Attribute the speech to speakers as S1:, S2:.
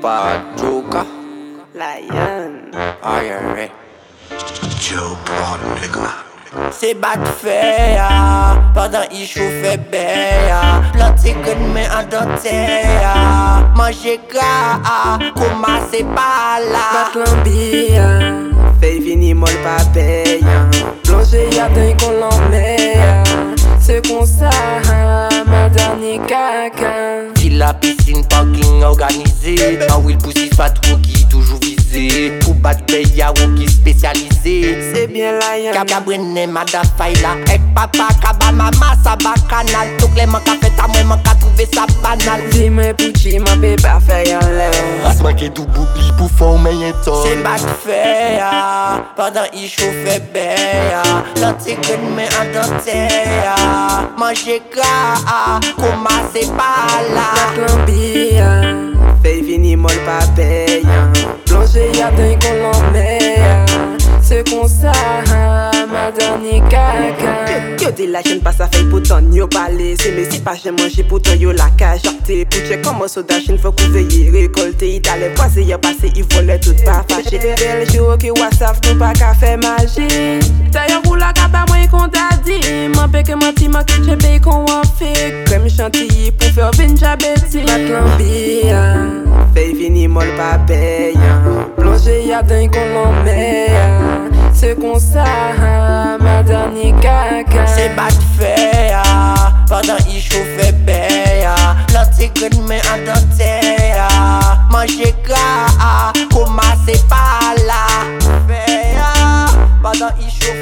S1: Bad Joker.
S2: Lion.
S1: Aye, aye.
S3: Joe Brown, nigga.
S1: Se bat fe ya, padan i choufe be ya Plante gen men an dan te ya Manje gra, koma se pala
S2: Bat lambiyan, fey vini mol pa beyan Blanje yaden kon lanmeyan Se kon sa, ma dani kakan
S1: Si la piscine parking organize Nan wil pou si patro ki toujou vize Pou bat be ya ou ki spesyalize
S2: Se bien layan,
S1: Kabla brene mada fay la ek papa Kaba mama sa ba kanal Tok le man ka feta mwen man ka trouve sa banal
S2: di mwen pou chi ma pe pa fey an lè
S4: Asman ke dou boubi pou fon men yon ton
S1: Se bat fe ya, padan i choufe be ya Lante gen men an dan te ya Manje gra, koma se pala
S2: Bat lambiyan, fey vini mol pa beyan Blanje yaden kon lanmeyan Se kon sa, ma dani kakan
S5: Yo de la jen pas a fey pou tan yo bale Se me si pa jen manje pou tan yo la ka jakte Pou che koman so da jen fok ou veye rekolte I tale kwaze yo pase, i vole tout pa fache
S2: Jete bel jyo ki wasaf nou pa ka fe maji Tayon pou la kaba mwen kon dadi Mwen peke mwen ti mwen ke chebe kon wan fe Krem chanti pou fe ovin jabeti Mat lambiyan,
S5: Fey vini mol pa beyan
S2: blonje yaden kon lanmeyan Se kon sa, ma dani kaka
S1: Se bat fe ya, padan i choufe be ya Lante gen men an dan te ya Manje ah. ah. gra, koma se pala Fe ya, padan i choufe ah. ah.